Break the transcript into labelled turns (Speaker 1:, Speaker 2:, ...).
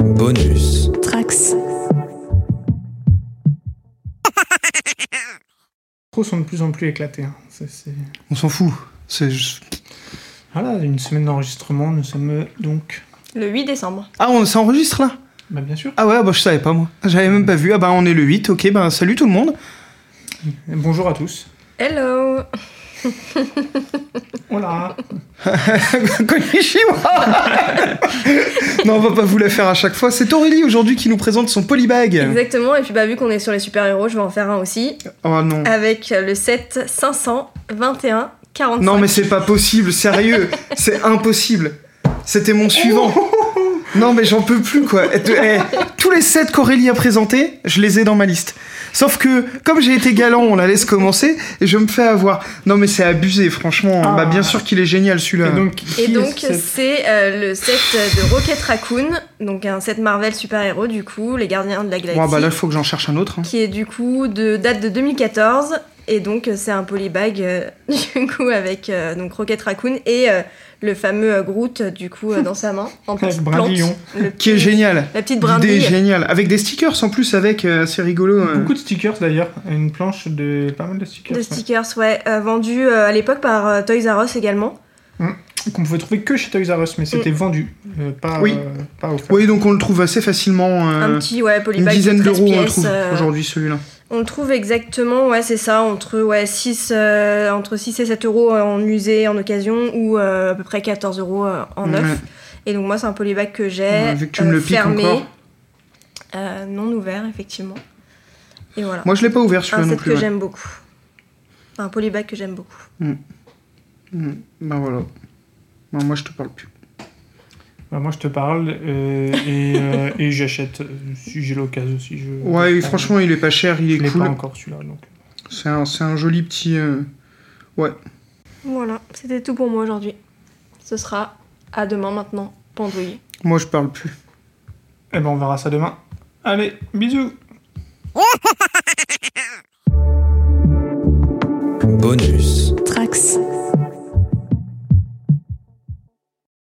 Speaker 1: Bonus.
Speaker 2: Trax.
Speaker 3: micros sont de plus en plus éclatés. hein. Ça, c'est-
Speaker 4: On s'en fout. C'est juste-
Speaker 3: Voilà, une semaine d'enregistrement, nous sommes euh, donc.
Speaker 2: Le 8 décembre.
Speaker 4: Ah, on s'enregistre là
Speaker 3: Bah, bien sûr.
Speaker 4: Ah ouais, bah je savais pas moi. J'avais même pas vu. Ah bah on est le 8, ok, bah salut tout le monde.
Speaker 3: Et Bonjour à tous.
Speaker 2: Hello
Speaker 4: Eh
Speaker 3: Voilà.
Speaker 4: Konnichiwa Non, on va pas vous la faire à chaque fois. C'est Aurélie aujourd'hui qui nous présente son polybag.
Speaker 2: Exactement, et puis bah vu qu'on est sur les super-héros, je vais en faire un aussi.
Speaker 4: Oh non.
Speaker 2: Avec euh, le 7 521 45.
Speaker 4: Non mais c'est pas possible, sérieux. c'est impossible. C'était mon suivant.
Speaker 2: Oh.
Speaker 4: Non mais j'en peux plus quoi. Et- eh, tous les 7 qu'Aurélie a présentés, je les ai dans ma liste. Sauf que comme j'ai été galant, on la laisse commencer et je me fais avoir. Non mais c'est abusé franchement.
Speaker 3: Ah.
Speaker 4: Bah bien sûr qu'il est génial celui-là.
Speaker 3: Et donc, qui
Speaker 2: Et
Speaker 3: est
Speaker 2: donc
Speaker 3: cette-
Speaker 2: c'est euh, le set de Rocket Raccoon, donc un set Marvel super-héros du coup, les gardiens de la galaxie,
Speaker 4: Bon, bah là, faut que j'en cherche un autre. hein.
Speaker 2: qui est du coup de date de 2014. Et donc euh, c'est un polybag euh, du coup avec euh, donc Rocket Raccoon et euh, le fameux euh, Groot du coup euh, dans sa main en
Speaker 3: Avec
Speaker 2: plante.
Speaker 3: brindillon.
Speaker 2: Le
Speaker 4: Qui est
Speaker 2: petit-
Speaker 4: génial.
Speaker 2: La
Speaker 4: L'idée
Speaker 2: petite
Speaker 4: est
Speaker 2: brindille.
Speaker 4: géniale. Avec des stickers en plus, avec, euh, c'est rigolo. euh.
Speaker 3: Beaucoup de stickers d'ailleurs. Une planche de pas mal de stickers.
Speaker 2: De
Speaker 3: ouais.
Speaker 2: stickers, ouais, euh, vendus euh, à l'époque par euh, Toys R Us également.
Speaker 3: Qu'on pouvait trouver que chez Toys R Us, mais c'était vendu. euh, pas,
Speaker 4: Mm. Oui.
Speaker 3: euh, pas offert.
Speaker 4: Oui, donc on le trouve assez facilement. euh,
Speaker 2: un petit, ouais,
Speaker 4: une
Speaker 2: polybag
Speaker 4: dizaine
Speaker 2: de 13
Speaker 4: d'euros, on le
Speaker 2: pièces.
Speaker 4: trouve
Speaker 2: euh,
Speaker 4: aujourd'hui, celui-là.
Speaker 2: on le trouve exactement, ouais, c'est ça, entre, ouais, 6, euh, entre 6 et 7 euros en musée, en occasion, ou euh, à peu près 14 euros euh, en neuf.
Speaker 4: Ouais.
Speaker 2: Et donc moi, c'est un polybag que j'ai
Speaker 4: Ouais, vu que tu me
Speaker 2: euh,
Speaker 4: le piques
Speaker 2: fermé,
Speaker 4: encore.
Speaker 2: euh, non ouvert, effectivement. Et voilà,
Speaker 4: Moi, je l'ai pas ouvert
Speaker 2: un
Speaker 4: celui-là non
Speaker 2: set
Speaker 4: plus.
Speaker 2: que
Speaker 4: ouais.
Speaker 2: j'aime beaucoup. Un polybag que j'aime beaucoup.
Speaker 4: Mm. Bah voilà. Non, moi, je te parle plus.
Speaker 3: Bah, moi, je te parle euh, et, euh, et j'achète euh, si j'ai l'occasion. Si je...
Speaker 4: Ouais,
Speaker 3: Euh,
Speaker 4: franchement, il est pas cher, il
Speaker 3: je
Speaker 4: est
Speaker 3: l'ai pas
Speaker 4: cool.
Speaker 3: encore celui-là. Donc.
Speaker 4: C'est un, c'est un joli petit. euh,
Speaker 2: Voilà, c'était tout pour moi aujourd'hui. Ce sera à demain maintenant, pendouille.
Speaker 4: Moi, je parle plus.
Speaker 3: Eh ben, on verra ça demain. Allez, bisous.